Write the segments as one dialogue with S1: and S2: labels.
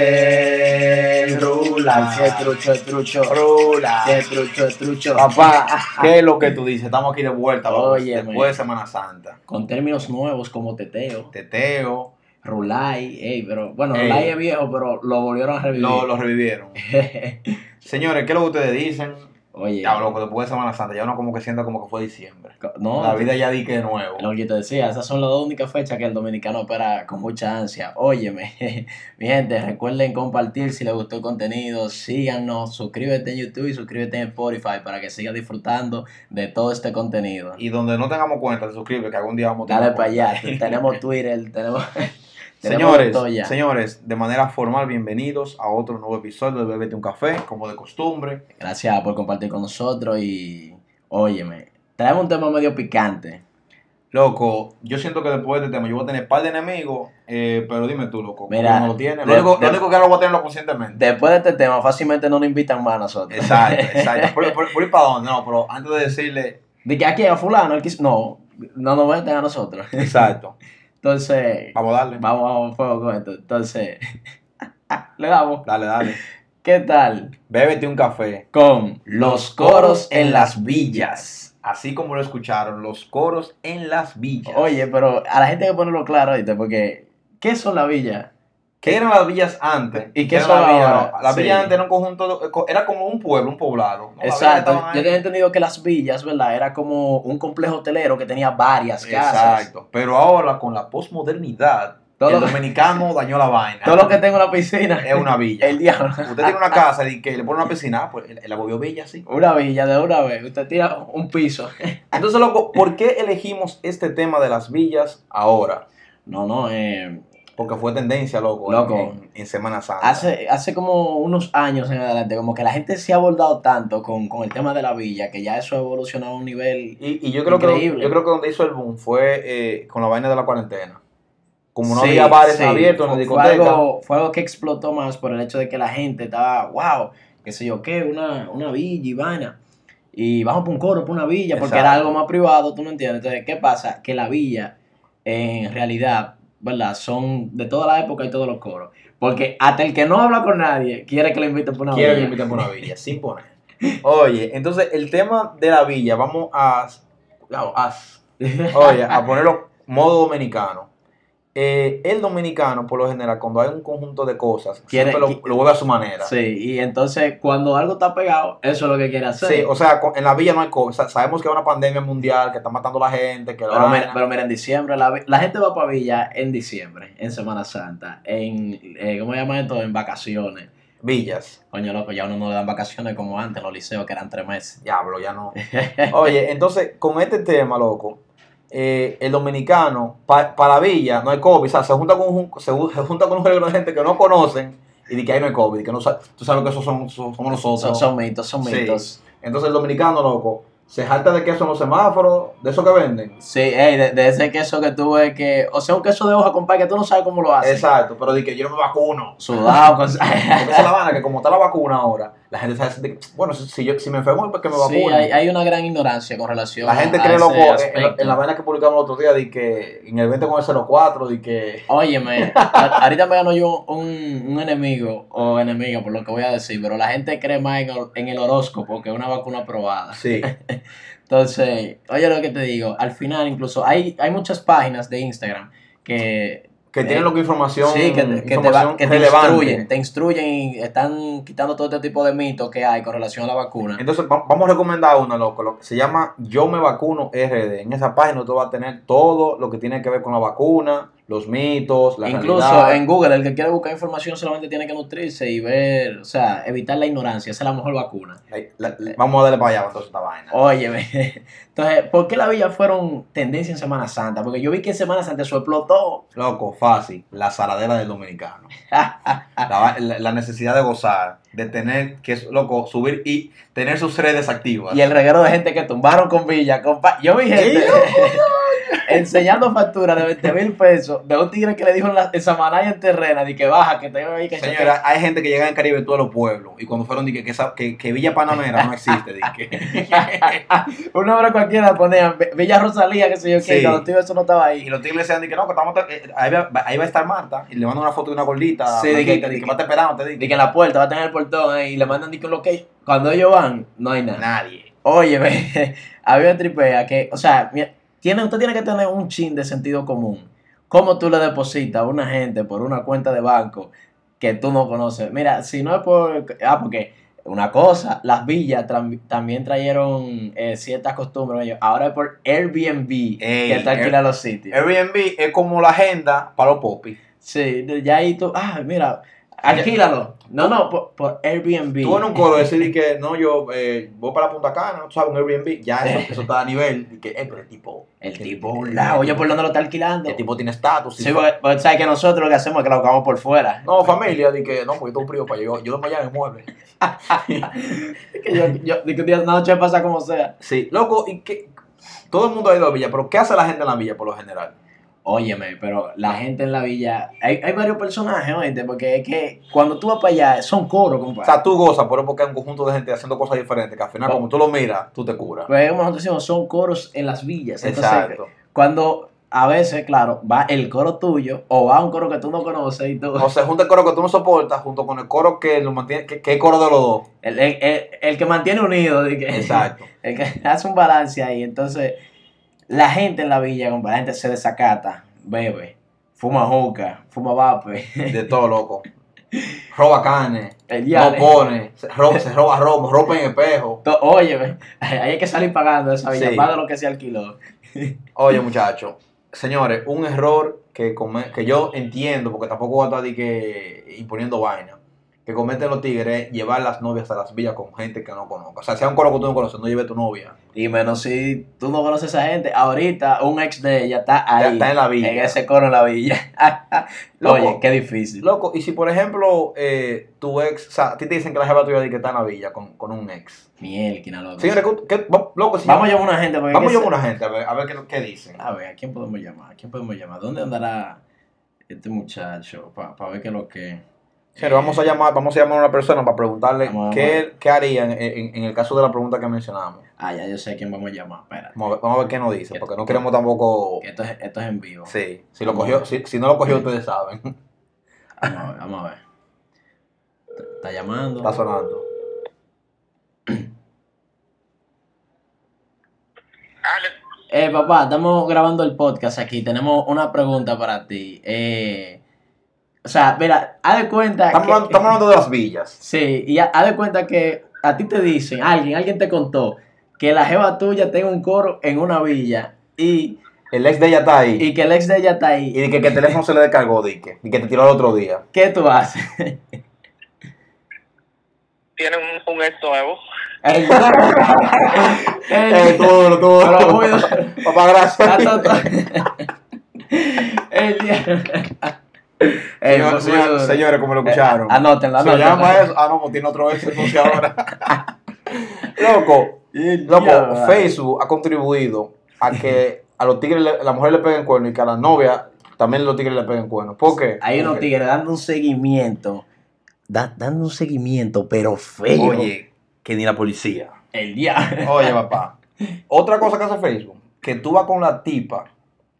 S1: se rula.
S2: Si es trucho, es trucho.
S1: Rula.
S2: Si es trucho, es trucho.
S1: Papá, ¿qué es lo que tú dices? Estamos aquí de vuelta, papá,
S2: Óyeme.
S1: después de Semana Santa.
S2: Con términos nuevos como teteo,
S1: Teteo,
S2: rulay, ey, pero bueno,
S1: Ey.
S2: rulay es viejo, pero lo volvieron a revivir.
S1: lo, lo revivieron. Señores, ¿qué es lo que ustedes dicen?
S2: Oye,
S1: Ya, loco, después de Semana Santa, ya uno como que siente como que fue diciembre.
S2: no,
S1: La vida ya di que de nuevo.
S2: Lo que yo te decía, esas son las dos únicas fechas que el dominicano espera con mucha ansia. Óyeme, mi gente, recuerden compartir si les gustó el contenido, síganos, suscríbete en YouTube y suscríbete en Spotify para que sigas disfrutando de todo este contenido.
S1: Y donde no tengamos cuenta, se suscribe, que algún día vamos a
S2: Dale
S1: tener
S2: para
S1: cuenta.
S2: allá, tenemos Twitter, tenemos... tenemos
S1: Señores,
S2: todo ya.
S1: señores, de manera formal, bienvenidos a otro nuevo episodio de Bebete un Café, como de costumbre.
S2: Gracias por compartir con nosotros y... Óyeme, traemos un tema medio picante.
S1: Loco, yo siento que después de este tema yo voy a tener par de enemigos, eh, pero dime tú, loco, ¿cómo
S2: Mira,
S1: no lo tienes? Lo
S2: de-
S1: único,
S2: de-
S1: lo único que ahora voy a tenerlo conscientemente.
S2: Después de este tema, fácilmente no nos invitan más a nosotros.
S1: Exacto, exacto. ¿Por, por, por ir para dónde? No, pero antes de decirle...
S2: De que aquí a fulano, el que- no, no nos meten a nosotros.
S1: Exacto.
S2: Entonces,
S1: Vamos a darle.
S2: vamos, vamos, fuego con esto. Entonces, le damos.
S1: Dale, dale.
S2: ¿Qué tal
S1: Bébete un café.
S2: con los coros en las villas?
S1: Así como lo escucharon, los coros en las villas.
S2: Oye, pero a la gente hay que ponerlo claro, ¿viste? Porque, ¿qué son las villas?
S1: ¿Qué eran las villas antes?
S2: ¿Y qué
S1: eran
S2: son
S1: las villas
S2: ahora?
S1: ahora? Las
S2: Sí.
S1: villas antes era un conjunto, de- co- era como un pueblo, un poblado. ¿no? Las villas
S2: Exacto.
S1: estaban
S2: Yo
S1: ahí.
S2: tenía entendido que las villas, ¿verdad? Era como un complejo hotelero que tenía varias casas.
S1: Exacto. Pero ahora con la posmodernidad,
S2: Todo
S1: el
S2: lo-
S1: dominicano dañó la vaina.
S2: Todo lo que tengo en la piscina,
S1: es una villa.
S2: el diablo.
S1: Usted tiene una casa y que le pone una piscina, ah, pues él- él la volvió villa, sí.
S2: Una villa de una vez, usted tira un piso.
S1: Entonces, loco, ¿por qué elegimos este tema de las villas ahora?
S2: No, no, eh,
S1: Porque fue tendencia, loco,
S2: Loco.
S1: En, en Semana Santa.
S2: Hace, hace como unos años en adelante, como que la gente se ha abordado tanto con, con el tema de la villa, que ya eso ha evolucionado a un nivel...
S1: Y, y yo creo
S2: Increíble.
S1: que yo creo que donde hizo el boom fue eh, con la vaina de la cuarentena. Como no
S2: Sí,
S1: había bares
S2: sí.
S1: abiertos ni
S2: Fue-
S1: discotecas.
S2: Fue algo, fue algo que explotó más por el hecho de que la gente estaba, wow, qué sé yo qué, una, una villa, y vaina Y vamos por un coro, por una villa, porque
S1: Exacto.
S2: era algo más privado, tú me entiendes. Entonces, ¿qué pasa? Que la villa, en realidad, ¿verdad? Son de toda la época y todos los coros. Porque hasta el que no habla con nadie quiere que lo inviten por una
S1: Quiero que
S2: villa.
S1: inviten por una villa, sin poner. Oye, entonces el tema de la villa, vamos a, a- a- oye, a ponerlo modo dominicano. Eh, el dominicano, por lo general, cuando hay un conjunto de cosas,
S2: Quiere-
S1: siempre lo, lo vuelve a su manera. Sí,
S2: Sí, y entonces cuando algo está pegado, eso es lo que quiere hacer.
S1: o sea, co- en la villa no hay cosas. Sabemos que hay una pandemia mundial, que está matando a la gente, que la
S2: pero, mira,
S1: vaina.
S2: pero mira, en diciembre, la, vi- la gente va para Villa en diciembre, en Semana Santa, en, eh, ¿cómo se llama esto? En vacaciones.
S1: villas.
S2: Coño, loco, ya uno no le dan vacaciones como antes, los liceos, que eran tres meses.
S1: Diablo, ya no. Oye, entonces, con este tema, loco, eh, el dominicano, pa- para Villa, no hay COVID. O sea, se junta con un, se, ju- se junta con un reguero de gente que no conocen y de que ahí no hay COVID. de Que no, sa- tú sabes lo que esos son, son- somos nosotros.
S2: Son, son mitos, son
S1: Sí.
S2: mitos.
S1: Entonces, el dominicano, loco, se jalta de queso en los semáforos, de eso que venden.
S2: Sí, ey, de, de ese queso que tú ves que. O sea, un queso de hoja, compadre, que tú no sabes cómo lo haces.
S1: Exacto, pero de que yo no me vacuno.
S2: Sudado, con.
S1: Porque esa es la vaina, que como está la vacuna ahora, la gente sabe, de que, bueno, si, si yo, si me enfermo, pues que me
S2: Sí,
S1: vacunen.
S2: hay, hay una gran ignorancia con relación
S1: la gente
S2: a
S1: cree,
S2: ese
S1: loco, en- en, la-
S2: aspecto.
S1: en la vaina que publicamos el otro día, de que en el 20 con el 04, de que...
S2: Óyeme, a- ahorita me ganó yo un, un enemigo o enemiga por lo que voy a decir, pero la gente cree más en, el- en el horóscopo que una vacuna aprobada.
S1: Sí.
S2: Entonces, oye lo que te digo, al final incluso hay, hay muchas páginas de Instagram que,
S1: Que tienen
S2: Eh,
S1: lo que información,
S2: sí, que, te- que te, va-
S1: información
S2: que te
S1: relevante.
S2: instruyen, te instruyen y están quitando todo este tipo de mitos que hay con relación a la vacuna.
S1: Entonces, va- vamos a recomendar una, loco. Lo que se llama Yo Me Vacuno RD. En esa página tú vas a tener todo lo que tiene que ver con la vacuna, los mitos, la
S2: Incluso
S1: realidad.
S2: en Google, el que quiere buscar información solamente tiene que nutrirse y ver, o sea, evitar la ignorancia, esa es la mejor vacuna.
S1: La- la- vamos a darle para allá entonces esta vaina.
S2: Óyeme, entonces, ¿por qué las villas fueron tendencia en Semana Santa? Porque yo vi que en Semana Santa eso explotó.
S1: Loco, fácil. La saladera del dominicano. la, va- la- la necesidad de gozar, de tener que, loco, subir y tener sus redes activas.
S2: Y el reguero de gente que tumbaron con Villa, compa. Yo vi gente. enseñando factura de 20 mil pesos de un tigre que le dijo en, la, en Samaná y en Terrena, de que baja, que te ahí que
S1: Señora, hay gente que llega en Caribe de todos los pueblos y cuando fueron, dije que, esa- que, que Villa Panamera no existe. Dije.
S2: un nombre cualquiera ponían Ve- Villa Rosalía, qué sé yo qué,
S1: Sí.
S2: y cuando tío eso no estaba ahí.
S1: Y los tigres decían, dije, no, que estamos, eh, ahí, va, ahí va a estar Marta y le mandan una foto de una gordita.
S2: Sí, de que-
S1: blanquita, de
S2: de
S1: que
S2: que-
S1: va a estar esperando, te
S2: De
S1: dije.
S2: que en la puerta va a tener el portón eh, y le mandan de que un location. Cuando ellos van, no hay nada.
S1: Nadie.
S2: Óyeme, había tripea que, o sea, mi- tiene, usted tiene que tener un chin de sentido común. ¿Cómo tú le depositas a una gente por una cuenta de banco que tú no conoces? Mira, si no es por... Ah, porque una cosa, las villas tram- también trajeron eh, ciertas costumbres. ellos. Ahora es por Airbnb que te alquila los sitios.
S1: Airbnb es como la agenda para los popis.
S2: Sí, de- ya ahí tú, ah, mira, alquílalo. No, no, por, por Airbnb.
S1: Tú en un coro decir que no, yo eh, voy para Punta Cana, tú sabes, un Airbnb, ya eso, eso está a nivel. Y que, eh, pero el tipo.
S2: El tipo, un lado, oye, ¿por dónde lo está alquilando?
S1: El tipo tiene estatus.
S2: Sí, porque, porque sabes que nosotros lo que hacemos es que lo buscamos por fuera.
S1: No, familia, di que no, porque tengo un primo para allá, yo, yo de allá en el mueble.
S2: Que yo, yo de que un día una noche pasa como sea.
S1: Sí, loco, y que todo el mundo ha ido a Villa, pero ¿qué hace la gente en la Villa por lo general?
S2: Óyeme, pero la gente en la villa, hay, hay varios personajes, oíste, porque es que cuando tú vas para allá, son coros,
S1: O
S2: compadre.
S1: sea, tú gozas, pero porque hay un conjunto de gente haciendo cosas diferentes, que al final, como tú lo miras, tú te curas.
S2: Pues como nosotros decimos, son coros en las villas. Entonces,
S1: Exacto.
S2: cuando a veces, claro, va el coro tuyo o va un coro que tú no conoces y tú...
S1: O se junta el coro que tú no soportas junto con el coro que lo mantiene, que, que es coro de los dos.
S2: El, el- el- el que mantiene unido, de que-
S1: Exacto.
S2: el que hace un balance ahí. Entonces, la gente en la villa, compadre, la gente se desacata, bebe, fuma juca, fuma vape,
S1: De todo, loco. Roba carne,
S2: el
S1: no
S2: diablo.
S1: pone, se roba, se roba ropa, ropa en espejo.
S2: To- Óyeme, ahí hay que salir pagando esa villa,
S1: Sí.
S2: más de lo que se alquiló.
S1: Oye, muchachos, señores, un error que, come- que yo entiendo, porque tampoco voy a estar de que imponiendo vaina, que cometen los tigres es llevar las novias a las villas con gente que no conozca. O sea, sea un coro que tú no conoces, no lleve tu novia.
S2: Y menos si tú no conoces a esa gente, ahorita un ex de ella está
S1: Ya
S2: ahí,
S1: está en la villa.
S2: en ese coro en la villa.
S1: Loco.
S2: Oye, qué difícil.
S1: Loco, y si por ejemplo eh, tu ex, o sea, a ti te dicen que la jeva tuya de que está en la villa con, con un ex.
S2: Mielquina, loco.
S1: Señores, ¿qué- qué- va- loco, si-
S2: Vamos a llamar a una gente. porque
S1: vamos a
S2: que se-
S1: llamar a una gente a ver, a ver qué, qué dicen.
S2: A ver, ¿a quién podemos llamar? ¿A quién podemos llamar? ¿Dónde andará este muchacho? Para ver qué es lo que.
S1: Señores, vamos a llamar, vamos a llamar a una persona para preguntarle
S2: Vamos a
S1: qué, qué harían en, en- en el caso de la pregunta que mencionamos.
S2: Ah, ya yo sé a quién vamos a llamar. Espera.
S1: Vamos a ver, vamos a ver qué nos dice, porque no queremos tampoco.
S2: que Esto es, esto es en vivo.
S1: Sí, si lo cogió, si, si no lo cogió ustedes saben.
S2: Vamos a ver. Vamos a ver. Está- Está llamando.
S1: Está sonando.
S2: Eh, papá, estamos grabando el podcast aquí. Tenemos una pregunta para ti. Eh, o sea, mira, haz de cuenta.
S1: Estamos,
S2: que-
S1: hablando- estamos hablando de las villas.
S2: Sí, y ha- haz de cuenta que a ti te dicen, alguien, alguien te contó que la jeva tuya tenga un coro en una villa y,
S1: El ex de ella está ahí.
S2: y que el ex de ella está ahí.
S1: Y, de que, que el teléfono se le descargó, Dique. Y que te tiró el otro día.
S2: ¿Qué tú haces?
S3: tiene un, un ex nuevo.
S2: El-
S1: Eh,
S2: el-
S1: todo, todo.
S2: Pero muy-
S1: Papá,
S2: Está
S1: gracias.
S2: todo- El día- Eh, muy
S1: Señor- señor-
S2: duro.
S1: señores, como lo
S2: Eh,
S1: escucharon.
S2: Anótenlo,
S1: se
S2: anótenlo.
S1: llama eso. Ah, no, pues tiene otro ex entonces ahora. Loco,
S2: El
S1: loco,
S2: diablo.
S1: Facebook ha contribuido a que a los tigres, le- a las mujeres le peguen cuerno y que a las novias también los tigres le peguen cuerno. ¿Por qué?
S2: Hay unos
S1: Porque-
S2: tigres dando un seguimiento. da- dando un seguimiento, pero feo.
S1: Oye, que ni la policía.
S2: El diablo.
S1: Oye, papá. Otra cosa que hace Facebook, que tú vas con la tipa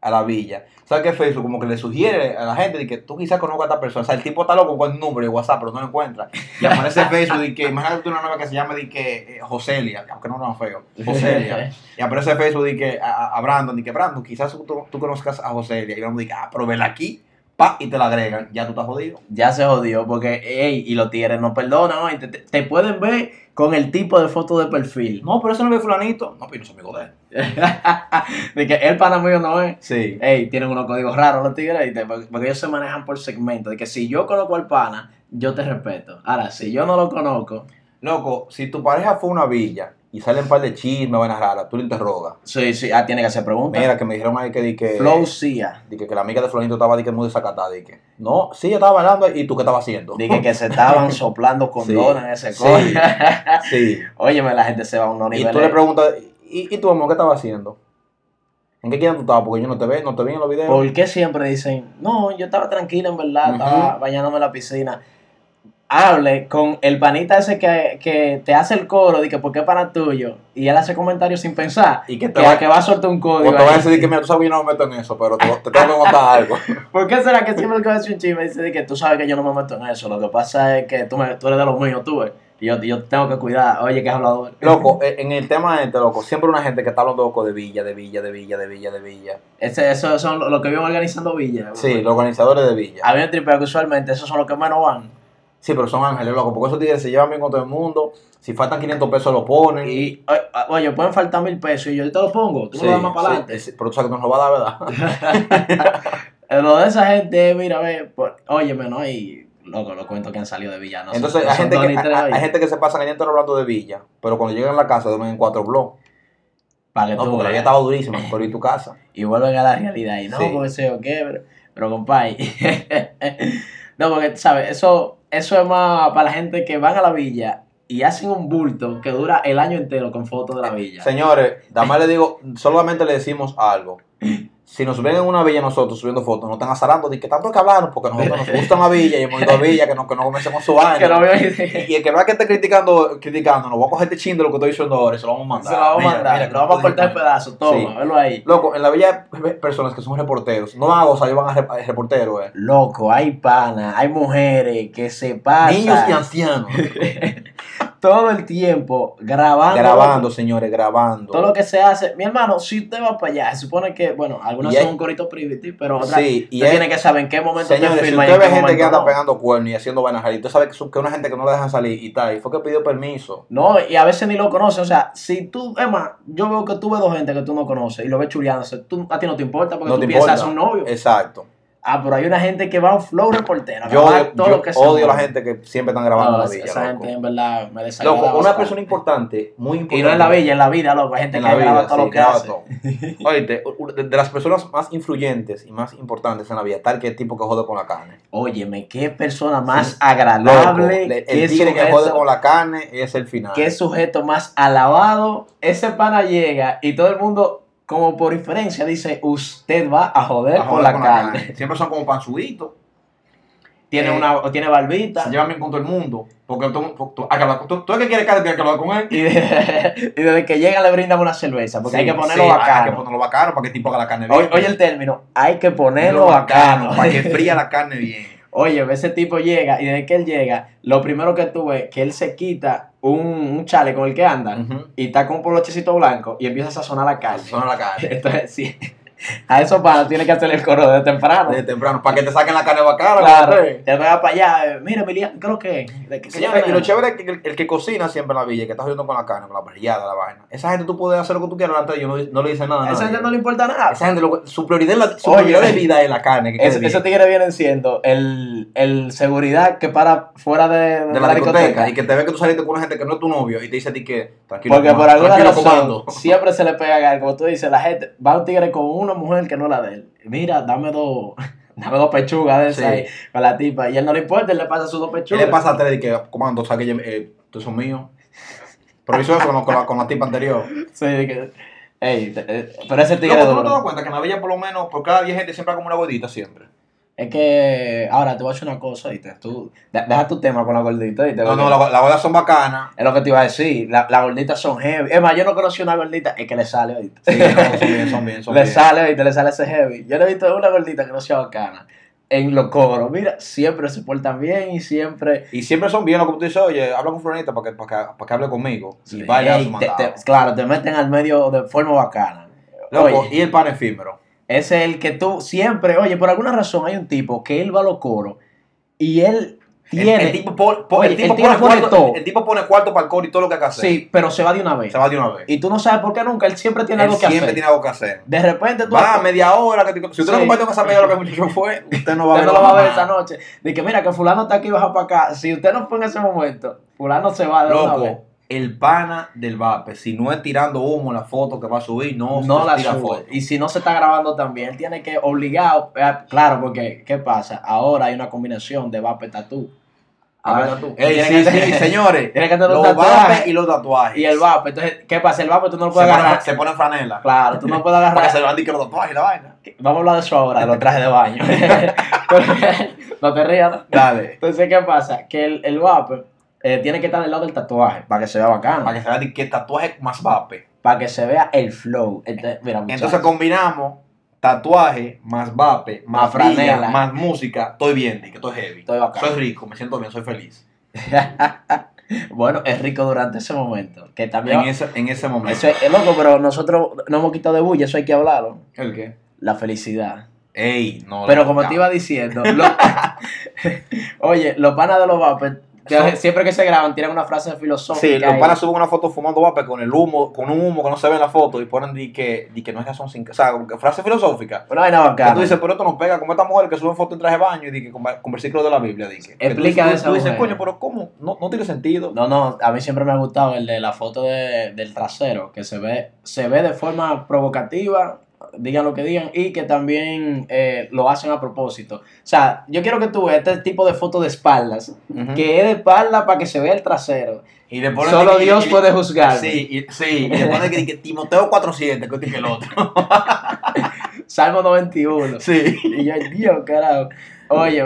S1: a la villa. ¿Sabes qué Facebook? Como que le sugiere a la gente de que tú quizás conozcas a esta persona. O sea, el tipo está loco con el número de WhatsApp, pero no lo encuentra. Y aparece Facebook y que, imagínate tú una nueva que se llama de que eh, Joselia, aunque no lo feo, Joselia. Y aparece Facebook y que a, a- a Brandon, y que Brandon, quizás tú, tú conozcas a Joselia. Y Brandon dice, ah, pero vela aquí, pa, y te la agregan. Ya tú estás jodido.
S2: Ya se jodió porque, ey, y los tigres no perdonan, oye, te, te- te pueden ver con el tipo de foto de perfil.
S1: No, pero eso no es fulanito. No, pero yo no soy amigo de él.
S2: de que el pana mío no es.
S1: Sí.
S2: Ey, tienen unos códigos raros los tigres, y te- porque ellos se manejan por segmentos. De que si yo conozco al pana, yo te respeto. Ahora, si yo no lo conozco,
S1: Loco, si tu pareja fue a una villa y salen un par de chismes, vainas raras, tú le interrogas.
S2: sí, sí, ah, tiene que hacer preguntas.
S1: Mira, que me dijeron ahí que di que,
S2: Flow Sia,
S1: di que, que la amiga de Florinto estaba di que muy desacatada. Di que, no, sí, ella estaba bailando y tú qué estabas haciendo.
S2: dije que se estaban soplando condones en ese
S1: Sí.
S2: coro.
S1: Sí.
S2: Óyeme, la gente se va a unos
S1: Y
S2: niveles.
S1: tú le preguntas, ¿y, y tu amor qué estaba haciendo? ¿En qué quieran tú estabas? Porque yo no te veo, no te vi en los videos.
S2: ¿Por qué siempre dicen, no, yo estaba tranquila en verdad, estaba
S1: Ujú.
S2: bañándome en la piscina? Hable con el panita ese que, que te hace el coro, de que ¿por qué para tuyo? Y él hace comentarios sin pensar.
S1: y que
S2: Que,
S1: te va,
S2: que va a soltar un
S1: o te
S2: código.
S1: va a
S2: ahí.
S1: decir que mira, tú sabes yo no me meto en eso, pero te, te tengo que contar algo.
S2: ¿Por qué será que siempre el que va a decir un chisme dice de que tú sabes que yo no me meto en eso? Lo que pasa es que tú, me- tú eres de los míos, tú, eh. Y yo, yo tengo que cuidar. Oye, que es hablador.
S1: Loco, eh, en el tema este, loco, siempre una gente que está hablando loco de villa, de villa, de villa, de villa, de villa.
S2: Ese, eso son lo lo que viven organizando Villa.
S1: Sí, los organizadores de villa.
S2: A mí me tripea que usualmente esos son los que menos van.
S1: Sí, pero son ángeles, loco, porque esos tigres se llevan bien con todo el mundo. Si faltan 500 pesos, lo ponen.
S2: Y, o- o- oye, pueden faltar mil pesos y yo te los pongo, tú
S1: Sí,
S2: me lo das más para
S1: sí,
S2: adelante.
S1: sí, pero tú sabes que nos lo va a dar, ¿verdad?
S2: Eh, Lo de esa gente, mira, ve, pues, óyeme, ¿no? Y loco, los cuentos que han salido de Villano.
S1: Entonces, hay, gente que, hay- hay gente que se pasan allá entero hablando de villa, pero cuando llegan a la casa duermen en cuatro blogs.
S2: Para que
S1: No,
S2: tú
S1: porque la vida
S2: veas.
S1: estaba durísima, pero ¿y tu casa?
S2: Y vuelven a la realidad. Y no,
S1: Sí.
S2: porque sé o qué, pero, pero compadre. no, porque, ¿sabes? Eso, eso es más para la gente que van a la villa y hacen un bulto que dura el año entero con fotos de la villa.
S1: Señores, nada más le digo, solamente le decimos algo. Si nos ven en una villa nosotros subiendo fotos, no están azarando de que tanto que hablaron, porque nosotros nos gusta la villa y hemos ido a villa, que no, que no comencemos su
S2: que no
S1: año.
S2: veo
S1: Y el que vea que esté criticando, criticando, nos va a coger este chin de lo que estoy diciendo ahora y se lo vamos a mandar.
S2: Se lo vamos
S1: Mira,
S2: a mandar,
S1: mira,
S2: lo vamos a cortar en pedazos, toma,
S1: Sí.
S2: velo ahí.
S1: Loco, en la villa hay personas que son reporteros. No van a gozar, ellos van a re- reporteros, eh.
S2: Loco, hay panas, hay mujeres que se pasan
S1: Niños y ancianos.
S2: todo el tiempo grabando.
S1: grabando, señores, grabando.
S2: Todo lo que se hace. Mi hermano, si usted va para allá, se supone que, bueno, algunas
S1: Y
S2: son
S1: hay-
S2: un corito privity, pero otras
S1: Sí, y
S2: usted
S1: hay-
S2: tiene que saber en qué momento
S1: Señores, si
S2: firma
S1: usted
S2: y
S1: ve
S2: en qué
S1: gente que
S2: momento
S1: anda
S2: no.
S1: pegando cuernos y haciendo vainas raras, y usted sabe que su- que una gente que no la dejan salir y tal, y fue que pidió permiso.
S2: No, y a veces ni lo conoce. O sea, si tú, es más, yo veo que tú ves dos gente que tú no conoces y lo ves chuleándose. Tú, a ti no te importa porque
S1: No
S2: tú
S1: te
S2: piensas
S1: importa.
S2: son novios.
S1: Exacto.
S2: Ah, pero hay una gente que va a un flow reportero. que
S1: Yo
S2: va a
S1: odio,
S2: todo
S1: yo
S2: lo que se
S1: odio a la
S2: mueve.
S1: gente que siempre están grabando
S2: No,
S1: la
S2: esa-
S1: villa.
S2: Esa
S1: loco.
S2: gente en verdad me
S1: Loco,
S2: desagrada
S1: una
S2: bastante.
S1: persona importante, muy importante.
S2: Y no en la villa, en la vida, loco. Hay gente
S1: En
S2: que
S1: la
S2: graba
S1: vida,
S2: todo
S1: sí,
S2: lo que
S1: graba
S2: hace.
S1: todo. Oíste, u- u- de, de las personas más influyentes y más importantes en la vida, tal que el tipo que jode con la carne.
S2: Óyeme, qué persona más
S1: Loco,
S2: agradable.
S1: le-
S2: qué,
S1: el tigre que jode
S2: sujeto,
S1: con la carne es el final.
S2: qué sujeto más alabado. Ese pana llega y todo el mundo, como por inferencia, dice: Usted va a joder,
S1: A joder
S2: con la carne.
S1: Siempre son como panzuditos.
S2: Tiene,
S1: Eh,
S2: una, o tiene barbita.
S1: se llevan bien con todo el mundo. Porque tú, tú, tú, hay que hablar- tú- tú es que quieres que, que, que lo haga con él.
S2: Y, de- y desde que llega le brindan una cerveza. Porque hay que ponerlo
S1: sí, Hay que
S2: bacano.
S1: ponerlo bacano para que el tipo haga la carne bien.
S2: Oye, oye el término: hay que ponerlo bacano.
S1: Para que fría la carne bien.
S2: Oye, ese tipo llega y desde que él llega, lo primero que tú ves que él se quita un, un chale con el que anda y está con un polochecito blanco y empieza a sazonar
S1: Para
S2: la
S1: que
S2: calle.
S1: suene la carne.
S2: Entonces, sí, a esos panos tiene que hacer el coro de temprano.
S1: Desde temprano. Para que te saquen la carne bacana.
S2: Claro,
S1: como
S2: él
S1: usted.
S2: va para allá, eh, mira, Emiliano, ¿qué es lo que es? ¿De qué- qué
S1: Señores, y
S2: llama?
S1: lo chévere es que el, el que cocina siempre en la villa, que está jodiendo con la carne, con la parrillada, la vaina. Esa gente tú puedes hacer lo que tú quieras delante de ellos, no, no le dicen nada.
S2: A
S1: a
S2: esa
S1: nadie.
S2: gente no le importa nada.
S1: Esa gente, lo- su prioridad, en la- su
S2: Oye.
S1: prioridad de vida es la carne. Que quede
S2: Es-
S1: bien.
S2: esos tigres vienen siendo el, el seguridad que para fuera de,
S1: de la discoteca y que te ve que tú saliste con una gente que no es tu novio y te dice a ti que tranquilo,
S2: Porque por
S1: comando,
S2: alguna
S1: tranquilo
S2: razón
S1: comando.
S2: siempre se le pega a Como tú dices, la gente va un tigre con una mujer que no la de él. Mira, dame dos, dame dos pechugas de
S1: Sí.
S2: esa ahí con la tipa. Y él no le importa, él le pasa sus dos
S1: ¿Qué
S2: pechugas.
S1: le pasa a Teddy que comando, o sea que yo, eh, tú sos mío? Pero hizo eso con, la- con la, con la tipa anterior.
S2: Sí, que- ey, te- eh, pero ese tigre
S1: Loco, ¿tú no
S2: duro.
S1: te das cuenta que en la villa por lo menos por cada 10 gente siempre hay como una gordita siempre?
S2: Es que ahora te voy a decir una cosa, ¿viste? Tú, de- deja tu tema con la gordita, ¿viste?
S1: No,
S2: Porque
S1: no, la- las gordas son bacanas.
S2: Es lo que te iba a decir. La- Las gorditas son heavy. Es más, yo no conocí una gordita, es que le sale, ¿viste?
S1: Sí, no, son bien, son bien, son
S2: le
S1: bien.
S2: sale, ¿viste? Le sale ese heavy. Yo le he visto una gordita que no sea bacana. En los coros, mira, siempre se portan bien y siempre.
S1: Y siempre son bien, lo que tú dices, oye, habla con Florita para que, para que, para que hable conmigo. Y baila
S2: Ey,
S1: su
S2: te-
S1: mandado.
S2: te- claro, te meten al medio de forma bacana.
S1: Loco,
S2: Oye,
S1: y el pan efímero.
S2: ese es el que tú siempre. Oye, por alguna razón hay un tipo que él va a los coros y él
S1: El,
S2: tiene.
S1: el tipo, pon- pon-
S2: Oye,
S1: el tipo
S2: el tigre
S1: pone
S2: pone
S1: cuarto,
S2: todo.
S1: el tipo pone cuarto para el core y todo lo que hay que hacer.
S2: sí, pero se va de una vez.
S1: Se va de una vez.
S2: Y tú no sabes por qué nunca. Él siempre tiene
S1: Él
S2: algo que
S1: siempre
S2: hacer.
S1: tiene algo que hacer.
S2: De repente tú.
S1: Va a media hora. Que te- Si usted no
S2: Sí.
S1: comparte con esa media hora que el muchacho fue, usted no va a
S2: Usted
S1: ver.
S2: no lo va a ver esa
S1: nada.
S2: noche. De que mira, que fulano está aquí, baja para acá. Si usted no fue en ese momento, fulano se va de una vez.
S1: Loco, el pana del vape. Si no es tirando humo en la foto que va a subir, no,
S2: No la
S1: tira
S2: sube.
S1: foto.
S2: Y si no se está grabando también, él tiene que obligar, eh, claro, porque ¿qué pasa? Ahora hay una combinación de vape tatú.
S1: Habla
S2: Ah,
S1: tú.
S2: ey,
S1: Tiene
S2: sí,
S1: que tener-
S2: sí,
S1: señores.
S2: Tienes que tener un
S1: Los vapes
S2: tatuaje
S1: y los tatuajes.
S2: y el vape. Entonces, ¿qué pasa? El vape tú no lo
S1: Se
S2: puedes
S1: ponen,
S2: agarrar.
S1: se ponen franela.
S2: Claro, tú no puedes
S1: Para que se
S2: agarrar.
S1: vean de que los tatuajes y la vaina.
S2: Vamos a hablar de eso ahora, de los trajes de baño. no te rías. ¿no?
S1: Dale.
S2: Entonces, ¿qué pasa? Que el, el vape eh, tiene que estar del lado del tatuaje para que se vea
S1: Para
S2: bacano.
S1: que se vean de que tatuaje más vape.
S2: Para que se vea el flow. Entonces, mira,
S1: Entonces
S2: muchachos.
S1: combinamos tatuaje más vape, más,
S2: Más franela.
S1: franela, más música. Estoy bien, que estoy heavy.
S2: Estoy bacano.
S1: Soy rico, me siento bien, soy feliz.
S2: Bueno, es rico durante ese momento. Que también.
S1: En, ese, en ese momento.
S2: Eso es, es loco, pero nosotros no hemos quitado de bulla, eso hay que hablarlo.
S1: ¿El qué?
S2: La felicidad.
S1: Ey, no.
S2: Pero
S1: la-
S2: como te iba diciendo, lo- oye, los panas de los vapes, te-
S1: Son-
S2: siempre que se graban, tiran una frase filosófica.
S1: Sí, los
S2: y-
S1: panas suben una foto fumando vape con el humo, con un humo que no se ve en la foto y ponen di que, di que no es razón sin... O sea, como que frase filosófica.
S2: Una vaina
S1: Que
S2: bacana.
S1: tú dices, pero esto no pega como esta mujer que sube foto en traje de baño y di que con, va- con versículos de la Biblia. Di que, que tú-
S2: Explica
S1: tú,
S2: de esa
S1: Tú dices,
S2: mujer.
S1: coño, pero ¿cómo? No, no tiene sentido.
S2: No, no, a mí siempre me ha gustado el de la foto de- del trasero, que se ve, se ve de forma provocativa, digan lo que digan, y que también eh, lo hacen a propósito. O sea, yo quiero que tú veas este tipo de foto de espaldas,
S1: Ujú.
S2: que es de espalda para que se vea el trasero.
S1: Y le ponen
S2: Solo
S1: di que-
S2: Dios
S1: y-
S2: puede juzgar.
S1: Sí, y, sí, y le ponen que, di que Timoteo 400, que es el otro.
S2: Salmo 91.
S1: Sí.
S2: Y yo, Dios, carajo. Oye,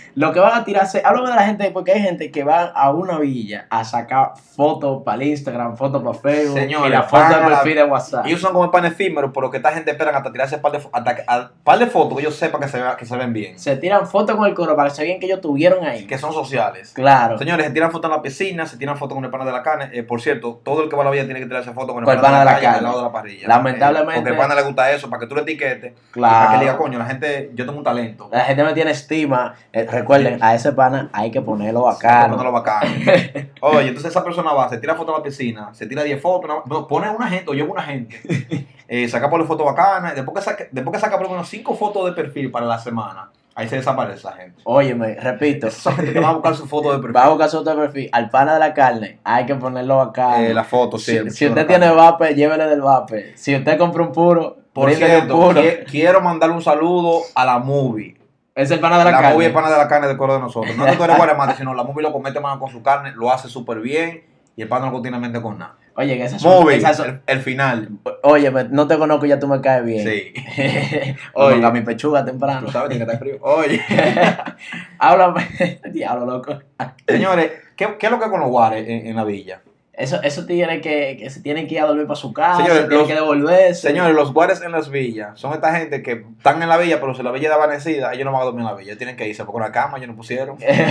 S2: lo que van a tirarse, háblame de la gente, porque hay gente que va a una villa a sacar fotos para el Instagram, fotos para Facebook,
S1: Señores,
S2: y la foto
S1: van a
S2: del
S1: la-
S2: perfil de WhatsApp.
S1: Ellos son como el pan efímero, pero que esta gente esperan hasta tirarse par de, fo- hasta, que- al par de fotos que ellos sepan que se, vea- que se ven bien.
S2: Se tiran fotos con el coro para que se vean que ellos tuvieron ahí.
S1: Que son sociales.
S2: Claro.
S1: Señores, se tiran fotos en la piscina, se tiran fotos con el pana de la carne. Eh, por cierto, todo el que va a la villa tiene que tirarse fotos con el
S2: Con el
S1: pana de la,
S2: pana
S1: calle
S2: de la
S1: al lado de
S2: carne.
S1: la parrilla.
S2: Lamentablemente-
S1: Eh, porque el pana le gusta eso, para que tú lo etiquetes. Y para que le diga,
S2: claro.
S1: coño, la gente, yo tengo un talento.
S2: La gente me tiene estima. Eh, recuerden, a ese pana hay que ponerlo bacano.
S1: Poniéndolo bacano. Oye, entonces esa persona va, se tira fotos en la piscina, se tira 10 fotos, una- no, pone una gente, o lleva una gente, eh, saca por las fotos bacanas, después que saca, después que saca por lo menos 5 fotos de perfil para la semana, ahí se desaparece esa gente.
S2: Óyeme, repito.
S1: Esa gente que va a buscar su foto de perfil.
S2: Bajo caso de perfil, al pana de la carne hay que ponerlo bacano.
S1: Eh, la foto, sí.
S2: Si,
S1: el-
S2: si usted tiene vape, llévele del vape. Si usted compra un puro,
S1: Por
S2: bríndele un
S1: cierto,
S2: puro.
S1: qui- quiero mandarle un saludo a la movie.
S2: Es el pana de
S1: La,
S2: la, carne.
S1: movie es pana de la carne del coro de nosotros. No es que tú eres guaremate, sino la movie lo comete mano con su carne, lo hace súper bien y el pana no continuamente con nada.
S2: Oye, en esas son-
S1: Movie,
S2: esas son-
S1: el, el final.
S2: Oye, me- no te conozco, ya tú me caes bien.
S1: Sí.
S2: Oye, a mi pechuga temprano.
S1: Tú sabes, tiene que estar frío. Oye.
S2: Háblame. Diablo, loco.
S1: Señores, ¿qué, qué es lo que es con los guares en, en la villa?
S2: Eso, eso tiene que, que se tienen que ir a dormir para su casa,
S1: Señores,
S2: tienen
S1: los-
S2: que devolverse.
S1: Señores, los guares en las villas son esta gente que están en la villa, pero si la villa está amanecida, ellos no van a dormir en la villa. Tienen que irse porque una cama ellos no pusieron.
S2: Eh.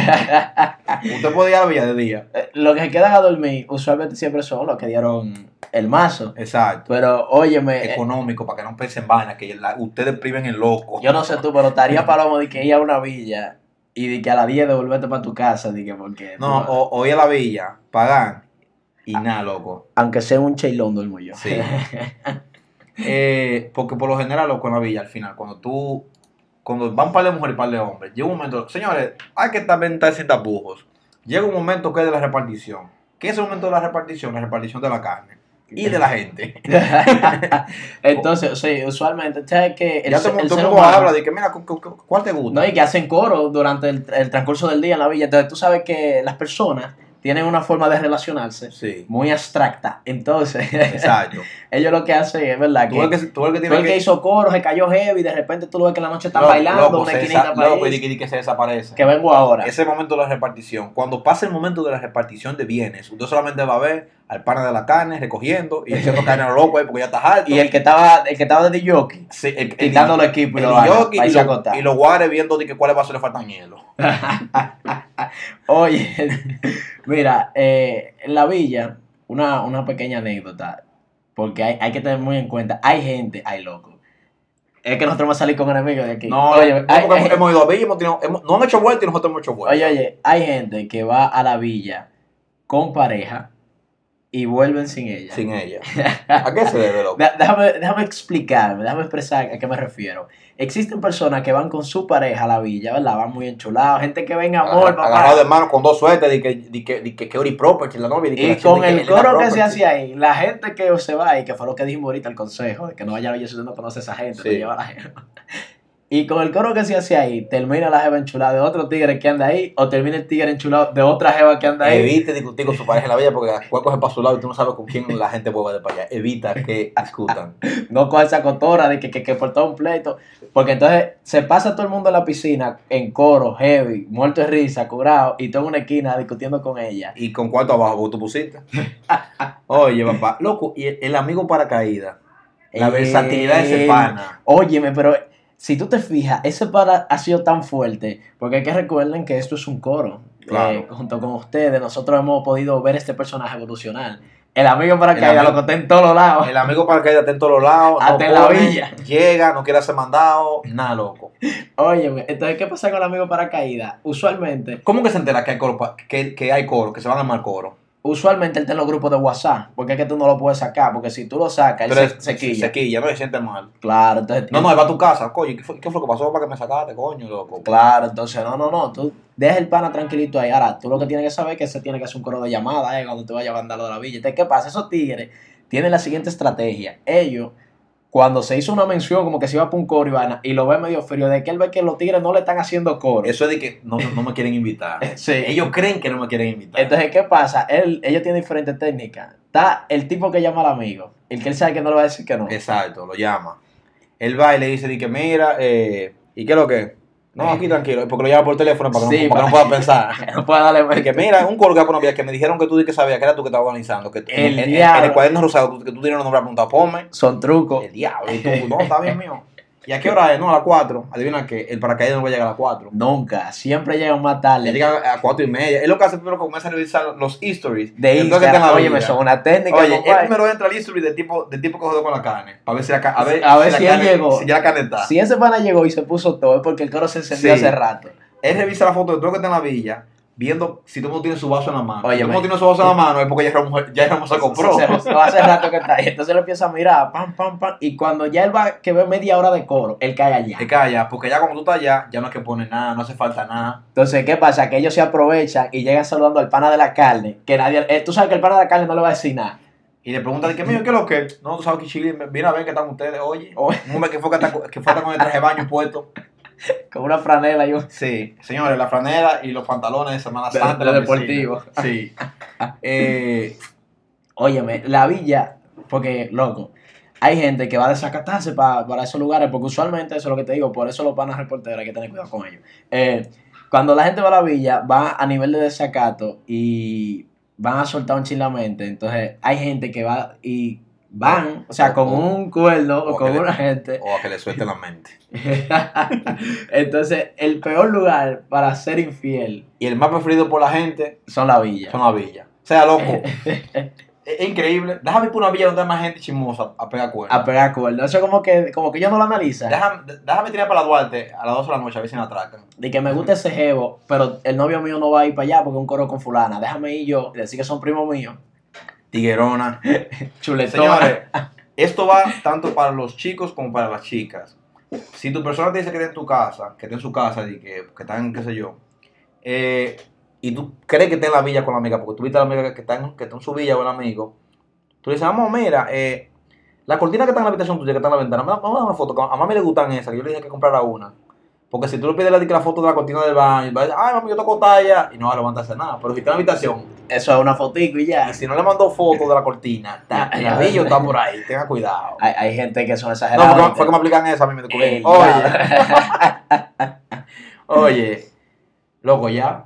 S1: Usted podía ir a la villa de día.
S2: los que se quedan a dormir usualmente siempre son los que dieron el mazo.
S1: Exacto.
S2: Pero, óyeme, eh,
S1: Económico, para que no pesen vaina, que la- ustedes priven el loco.
S2: yo no sé tú, pero estaría palomo de que ir a una villa y de que a las 10 devolverte para tu casa, de que porque...
S1: No,
S2: tú-
S1: o, o ir a la villa, pagan
S2: Ah.
S1: y nada, loco.
S2: aunque sea un cheilón duermo yo.
S1: Sí. Eh, porque por lo general, loco, en la villa, al final, cuando tú. Cuando van par de mujeres y par de hombres, llega un momento. Señores, hay que también estar sin tapujos. Llega un momento que es de la repartición. ¿Qué es el momento de la repartición? La repartición de la carne y de la gente.
S2: Entonces, sí, usualmente, ¿sabes que El,
S1: ya
S2: se-
S1: todo el
S2: el
S1: mundo
S2: ser
S1: todo el mundo
S2: humano-
S1: habla de que, mira, cu- cu- cu- ¿cuál te gusta?
S2: No, y que hacen coro durante el, el transcurso del día en la villa. Entonces tú sabes que las personas tienen una forma de relacionarse
S1: Sí,
S2: muy abstracta. Entonces,
S1: exacto.
S2: ellos lo que hacen es verdad
S1: tú el
S2: que
S1: que, tú el que
S2: tú
S1: tiene
S2: el que hizo coro, se cayó heavy, de repente tú lo ves que en la noche están
S1: Loco,
S2: bailando,
S1: loco,
S2: una
S1: se
S2: esquinita
S1: desa-
S2: para
S1: loco, y
S2: ahí,
S1: di que, di que se desaparece.
S2: que vengo ahora.
S1: Ese momento de la repartición. Cuando pasa el momento de la repartición de bienes, usted solamente va a ver al pana de la carne recogiendo y haciendo carne a lo loco ahí porque ya estás alto.
S2: Y el que estaba, el que estaba de jockey,
S1: Sí, el- el-
S2: quitando los equipos y
S1: el
S2: lo van
S1: jockey
S2: a
S1: y, lo-
S2: acotar.
S1: y los guares viendo de que cuáles vasos le faltan hielo.
S2: Oye, mira, eh, en la villa, una, una pequeña anécdota, porque hay, hay que tener muy en cuenta, hay gente, hay loco. Es que nosotros vamos a salir con enemigos de aquí. oye,
S1: no,
S2: hay-
S1: porque
S2: hay-
S1: hemos, hemos ido a Villa, hemos tenido- hemos- no hemos hecho vuelta y nosotros hemos hecho vuelta.
S2: oye, oye, hay gente que va a la villa con pareja y vuelven sin ella.
S1: Sin ella. ¿A qué se debe, loco?
S2: Da- Déjame, déjame explicarme, déjame expresar a qué me refiero. Existen personas que van con su pareja a la villa, ¿verdad? Van muy enchulados, gente que ven amor, papá.
S1: Agarrado de mano con dos sueltas de que, de que, de que, que Ori Property, la novia. de que la
S2: Y
S1: chica,
S2: con
S1: de que
S2: el
S1: Elena
S2: coro que
S1: Property.
S2: se hace ahí, la gente que se va y que fue lo que dijimos ahorita el consejo, de que no vaya a la Villa si usted no conoce a esa gente,
S1: Sí.
S2: no lleva a la gente. Y con el coro que se hace ahí, termina la jeva enchulada de otro tigre que anda ahí, o termina el tigre enchulado de otra jeva que anda ahí.
S1: Evite discutir con su pareja en la villa porque cuál coge para su lado y tú no sabes con quién la gente vuelve de para allá. Evita que discutan.
S2: No con esa cotora de que, que, que por todo un pleito. Porque entonces se pasa todo el mundo en la piscina, en coro, heavy, muerto de risa, curado, y todo en una esquina discutiendo con ella.
S1: ¿Y con cuánto abajo vos tú pusiste? Oye, papá. Loco, y el- el amigo paracaídas. La
S2: Eh,
S1: versatilidad de ese pana.
S2: Óyeme, pero si tú te fijas, ese para ha sido tan fuerte, porque hay que recuerden que esto es un coro.
S1: Claro.
S2: Eh, junto con ustedes, nosotros hemos podido ver este personaje evolucionar. El amigo para
S1: El
S2: que
S1: amigo-
S2: lo está en todos lados.
S1: El amigo paracaídas está en todos los lados. no
S2: Hasta en la villa.
S1: Llega, no quiere hacer mandado. Nada, loco.
S2: Óyeme, entonces, ¿qué pasa con el amigo paracaídas? Usualmente,
S1: ¿Cómo que se entera que hay coro, pa- que, que hay coro, que se van a armar coro?
S2: usualmente él está en los grupos de WhatsApp, porque es que tú no lo puedes sacar, porque si tú lo sacas, él se,
S1: Tres-
S2: se quilla.
S1: Sequilla, no se siente mal.
S2: Claro, entonces...
S1: No, no, él va a tu casa. Coño, ¿qué fue, qué fue lo que pasó para que me sacaste, coño, loco?
S2: Claro, entonces, no, no, no, tú deja el pana tranquilito ahí. Ahora, tú lo que tienes que saber es que se tiene que hacer un coro de llamada, eh, cuando te vayas a mandarlo de la villa. Entonces, ¿qué pasa? Esos tigres tienen la siguiente estrategia. Ellos, cuando se hizo una mención, como que se iba para un coro y vaina, y lo ve medio frío, de que él ve que los tigres no le están haciendo coro.
S1: Eso es de que no, no me quieren invitar.
S2: Sí.
S1: Ellos creen que no me quieren invitar.
S2: Entonces, ¿qué pasa? Él, ellos tienen diferentes técnicas. Está el tipo que llama al amigo, el que él sabe que no le va a decir que no.
S1: Exacto, lo llama. Él va y le dice, di que mira, eh, ¿y qué es lo que? No, aquí tranquilo, porque lo llama por teléfono para que,
S2: Sí,
S1: no, para que no
S2: para-
S1: pueda pensar.
S2: No puede darle
S1: Di que mira, un coro que bueno, mira, que me dijeron que tú di que sabías que era tú que estabas organizando. Que tú-
S2: El
S1: en- en, en
S2: diablo.
S1: el cuaderno rosado tú- que tú tienes un nombre apuntado, ponme.
S2: Son trucos.
S1: El diablo, y tú, no, está bien mío. ¿Y a qué hora es? No, a las 4. Adivina que el paracaídas no va a llegar a las 4.
S2: Nunca, siempre llegan más tarde.
S1: Le llegan a 4 y media. Es lo que hace primero que comienza a revisar los histories.
S2: de
S1: Entonces,
S2: Instagram.
S1: tenga
S2: Oye,
S1: vida.
S2: me son una técnica.
S1: Oye, él
S2: compadre.
S1: primero entra al history del tipo, del tipo que jodó con la carne. Para ver si la, ca- a ver,
S2: A ver
S1: la
S2: si él
S1: carne-
S2: llegó.
S1: Si ya la carne está.
S2: si ese pana llegó y se puso todo es porque el coro se encendió
S1: Sí.
S2: hace rato.
S1: Él revisa la foto de todo lo que está en la villa, viendo si todo el mundo tiene su vaso en la mano.
S2: Oye,
S1: si todo el
S2: me- eh.
S1: mundo tiene su vaso en la mano, es porque ya era mujer- ya Ramos se compró.
S2: Se rozó hace rato que está ahí. Entonces lo empieza a mirar, pam, pam, pam. Y cuando ya él va, que ve media hora de coro, él cae allá.
S1: Te calla, porque ya cuando tú estás allá, ya no es que pone nada, no hace falta nada.
S2: Entonces, ¿qué pasa? Que ellos se aprovechan y llegan saludando al pana de la carne. Que nadie. eh, tú sabes que el pana de la carne no le va a decir nada.
S1: Y le preguntan, de que, mío, ¿qué es lo que? No, tú sabes que Chile, viene a ver que están ustedes, oye.
S2: Oye.
S1: Un hombre que fue, que está con- que fue hasta con el traje de baño puesto.
S2: Con una franela y un.
S1: Sí, señores, la franela y los pantalones de Semana
S2: De-
S1: Santa.
S2: de
S1: la
S2: deportivo.
S1: piscina. Sí. Eh,
S2: Óyeme, la villa, porque, loco, hay gente que va a desacatarse pa- para esos lugares, porque usualmente eso es lo que te digo, por eso los panas reporteros hay que tener cuidado con ellos. Eh, cuando la gente va a la villa, va a nivel de desacato y van a soltar un chilamente, entonces hay gente que va y van, o sea, con un cuerno o
S1: o
S2: con
S1: que le-
S2: una gente.
S1: o a Oh, que le suelte la mente.
S2: entonces, el peor lugar para ser infiel
S1: Y el más preferido por la gente
S2: son la villa.
S1: son las villas. O sea, loco. es increíble. Déjame ir por una villa donde hay más gente chismosa a pegar cuernos.
S2: A pegar cuernos, eso como que, como que ellos no lo analizan.
S1: Déjame, déjame tirar para la Duarte a las 12 de la noche a ver si me atracan.
S2: de que me gusta ese jevo, pero el novio mío no va a ir para allá porque es un coro con fulana. Déjame ir yo, y decir que son primos míos.
S1: Tiguerona.
S2: Chuletón.
S1: Señores, esto va tanto para los chicos como para las chicas. Si tu persona te dice que está en tu casa, que está en su casa y que, que está en qué sé yo, eh, y tú crees que está en la villa con la amiga, porque tú viste a la amiga que está en, que está en su villa con el amigo, tú le dices, vamos, mira, eh, la cortina que está en la habitación tuya, que está en la ventana, vamos a dar una foto, que a mami le gustan esas, que yo le dije que comprara una. Porque si tú le pides la, la foto de la cortina del baño, va a decir, ay, mami, yo toco talla, y no va a levantarse nada. Pero si está en la habitación,
S2: Eso es una fotico y ya.
S1: y Ah, si no le mandó foto de la cortina, está,
S2: Ay,
S1: la
S2: ay,
S1: villa
S2: ay.
S1: está por ahí, tenga cuidado.
S2: Hay, hay gente que son
S1: No,
S2: exagerados. Eh,
S1: porque fue que me aplican eso a mí me descubrieron.
S2: Ey,
S1: Oye, oye, loco, ya.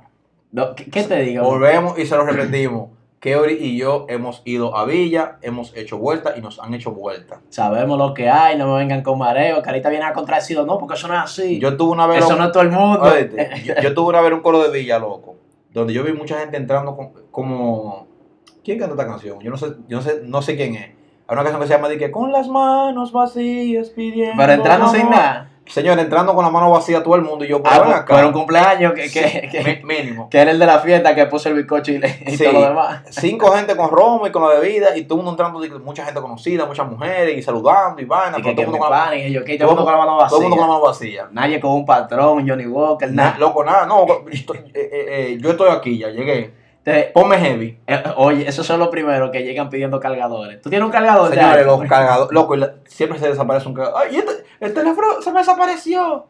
S2: no, ¿qué, qué te digo?
S1: Volvemos y se lo repetimos. Keori y yo hemos ido a Villa, hemos hecho vuelta y nos han hecho vuelta.
S2: Sabemos lo que hay, no me vengan con mareo. Que ahorita viene a contradecido. No, porque eso no es así.
S1: Yo tuve una vez.
S2: eso
S1: loco,
S2: no es todo el mundo.
S1: óyete, yo, yo tuve una vez un coro de Villa, loco. Donde yo vi mucha gente entrando con- como. ¿Quién canta esta canción? Yo no sé, yo no sé, no sé quién es. Hay una canción que se llama de que con las manos vacías pidiendo.
S2: pero entrando sin
S1: amor".
S2: nada.
S1: Señor, entrando con la mano vacía todo el mundo y yo
S2: Ah,
S1: pero ven
S2: pues,
S1: acá.
S2: por un cumpleaños que, que, que,
S1: Mi- mínimo.
S2: que era el de la fiesta que puso el bizcocho y, le- y
S1: Sí.
S2: todo lo demás.
S1: cinco gente con romo y con la bebida y todo el mundo entrando, digo, mucha gente conocida, muchas mujeres y saludando y vaina,
S2: Y
S1: pero todo
S2: que, que
S1: el mundo
S2: me
S1: con la-
S2: paren, y yo, ¿qué? Todo el mundo con la mano
S1: todo el mundo con la
S2: vacía.
S1: mano vacía.
S2: Nadie con un patrón, Johnny Walker,
S1: Na-
S2: nada.
S1: loco, nada, no, estoy- eh, eh, eh, yo estoy aquí, ya llegué.
S2: Entonces,
S1: Ponme heavy.
S2: Eh, Oye, esos son los primeros que llegan pidiendo cargadores. ¿Tú tienes un cargador? de
S1: Señores,
S2: iPhone?
S1: este los cargadores, loco, y la- siempre se desaparece un cargador. Ay, y este, el teléfono se me desapareció.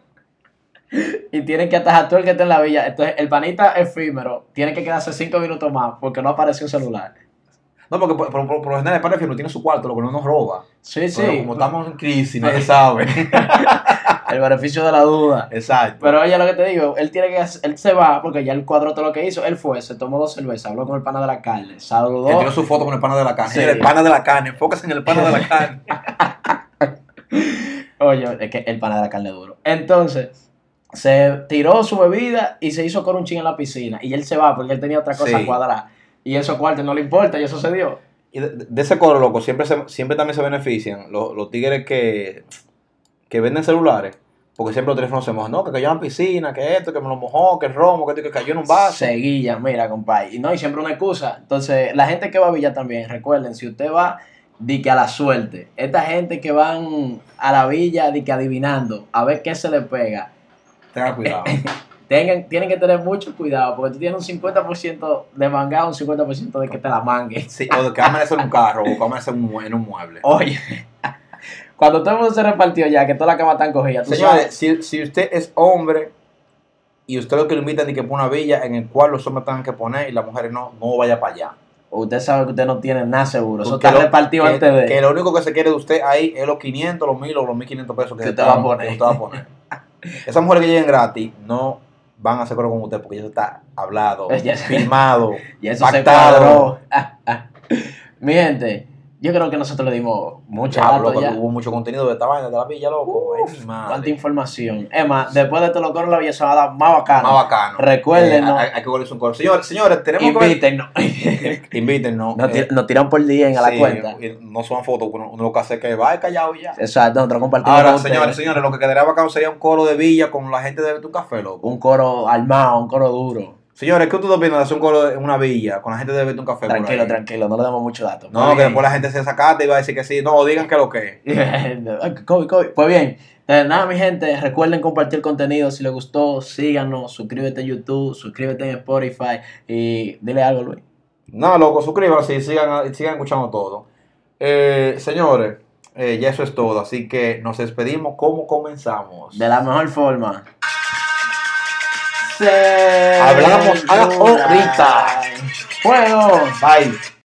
S2: Y tienen que atajar todo el que está en la villa. Entonces, el panita efímero tiene que quedarse cinco minutos más porque no apareció un celular.
S1: No, porque por, por, por, por lo general el padre no tiene su cuarto, lo que no nos roba.
S2: Sí, sí.
S1: Pero como estamos en crisis, nadie sabe.
S2: El beneficio de la duda.
S1: Exacto.
S2: Pero oye, lo que te digo, él tiene que él se va porque ya el cuadro todo lo que hizo, él fue, se tomó dos cervezas, habló con el pana de la carne,
S1: Que
S2: saludó.
S1: tiene su foto con el pana de la carne.
S2: Sí.
S1: Mira, El pana de la carne, enfócase en el pana de la carne.
S2: Oye, es que el pana de la carne es duro. Entonces, se tiró su bebida y se hizo corunchín en la piscina. Y él se va porque él tenía otra cosa
S1: Sí.
S2: cuadrada. Y eso cuarto no le importa y eso se dio.
S1: Y de, de ese coro, loco, siempre, se- siempre también se benefician los, los tigres que, que venden celulares. Porque siempre los teléfonos se mojan. No, que cayó en la piscina, que esto, que me lo mojó, que el romo, que esto, que cayó en un vaso.
S2: Seguía, mira, compadre. Y no, y siempre una excusa. Entonces, la gente que va a Villa también, recuerden, si usted va, di que a la suerte. Esta gente que van a la villa, di que adivinando, a ver qué se le pega.
S1: Tenga cuidado.
S2: Tengan, tienen que tener mucho cuidado, porque tú tienes un 50% de manga, un 50% de que te la mangue.
S1: Sí, o de que va a amanecer en un carro, o que va a amanecer en un mue- en un mueble.
S2: Oye, cuando todo el mundo se repartió ya, que todas las camas están cogidas, tú
S1: Señores,
S2: sabes.
S1: si, si usted es hombre y usted lo que lo invitan es que pone una villa en el cual los hombres tengan que poner y las mujeres no, no vaya para allá.
S2: Usted sabe que usted no tiene nada seguro. Eso
S1: Porque
S2: está
S1: lo-
S2: repartido
S1: que-
S2: antes de.
S1: Que lo único que se quiere de usted ahí es los 500, los 1000 o los 1500 pesos que,
S2: Que
S1: se
S2: te va a
S1: están-
S2: poner.
S1: que usted va a poner. Esas mujeres que lleguen gratis no van a hacer coro con usted porque eso está hablado,
S2: Ya sé.
S1: filmado.
S2: Y eso
S1: Pactado.
S2: se cuadró. Mi gente, yo creo que nosotros le dimos mucha
S1: Ya, loco,
S2: dato ya.
S1: hubo mucho contenido de esta vaina de la villa, loco. Ay, mi madre.
S2: Cuánta información. Emma, después de todo lo la villa se va a dar más bacana.
S1: Más bacano.
S2: Recuérdenos.
S1: Eh, hay, hay que volverse un coro. Señores, señores, tenemos que
S2: Invítennos.
S1: ver- Invítennos.
S2: nos,
S1: eh,
S2: tir- nos tiran por 10 a la
S1: sí,
S2: cuenta.
S1: eh, No suban fotos, uno, uno lo que hace es que va callado y ya.
S2: Exacto, nosotros compartimos
S1: Ahora,
S2: con ustedes.
S1: señores, señores, lo que quedaría bacano sería un coro de villa con la gente de tu café, loco.
S2: Un coro armado, un coro duro.
S1: Señores, ¿qué ustedes opinan de hacer un coro en una villa con la gente de Vete un Café? por
S2: Tranquilo,
S1: ahí?
S2: tranquilo, no le damos mucho dato.
S1: No,
S2: Muy
S1: que
S2: bien.
S1: después la gente se sacate y va a decir que sí. No, digan que lo que es.
S2: Kobe, Kobe. Pues bien, eh, nada, mi gente, recuerden compartir contenido. Si les gustó, síganos, suscríbete en YouTube, suscríbete en Spotify y dile algo, Luis.
S1: No, loco, suscríbanse y sigan, y sigan escuchando todo. Eh, señores, eh, ya eso es todo. Así que nos despedimos. ¿Cómo comenzamos?
S2: De la mejor forma.
S1: Hablamos
S2: Hablamos
S1: ahorita.
S2: ¡Fuego!
S1: Bye.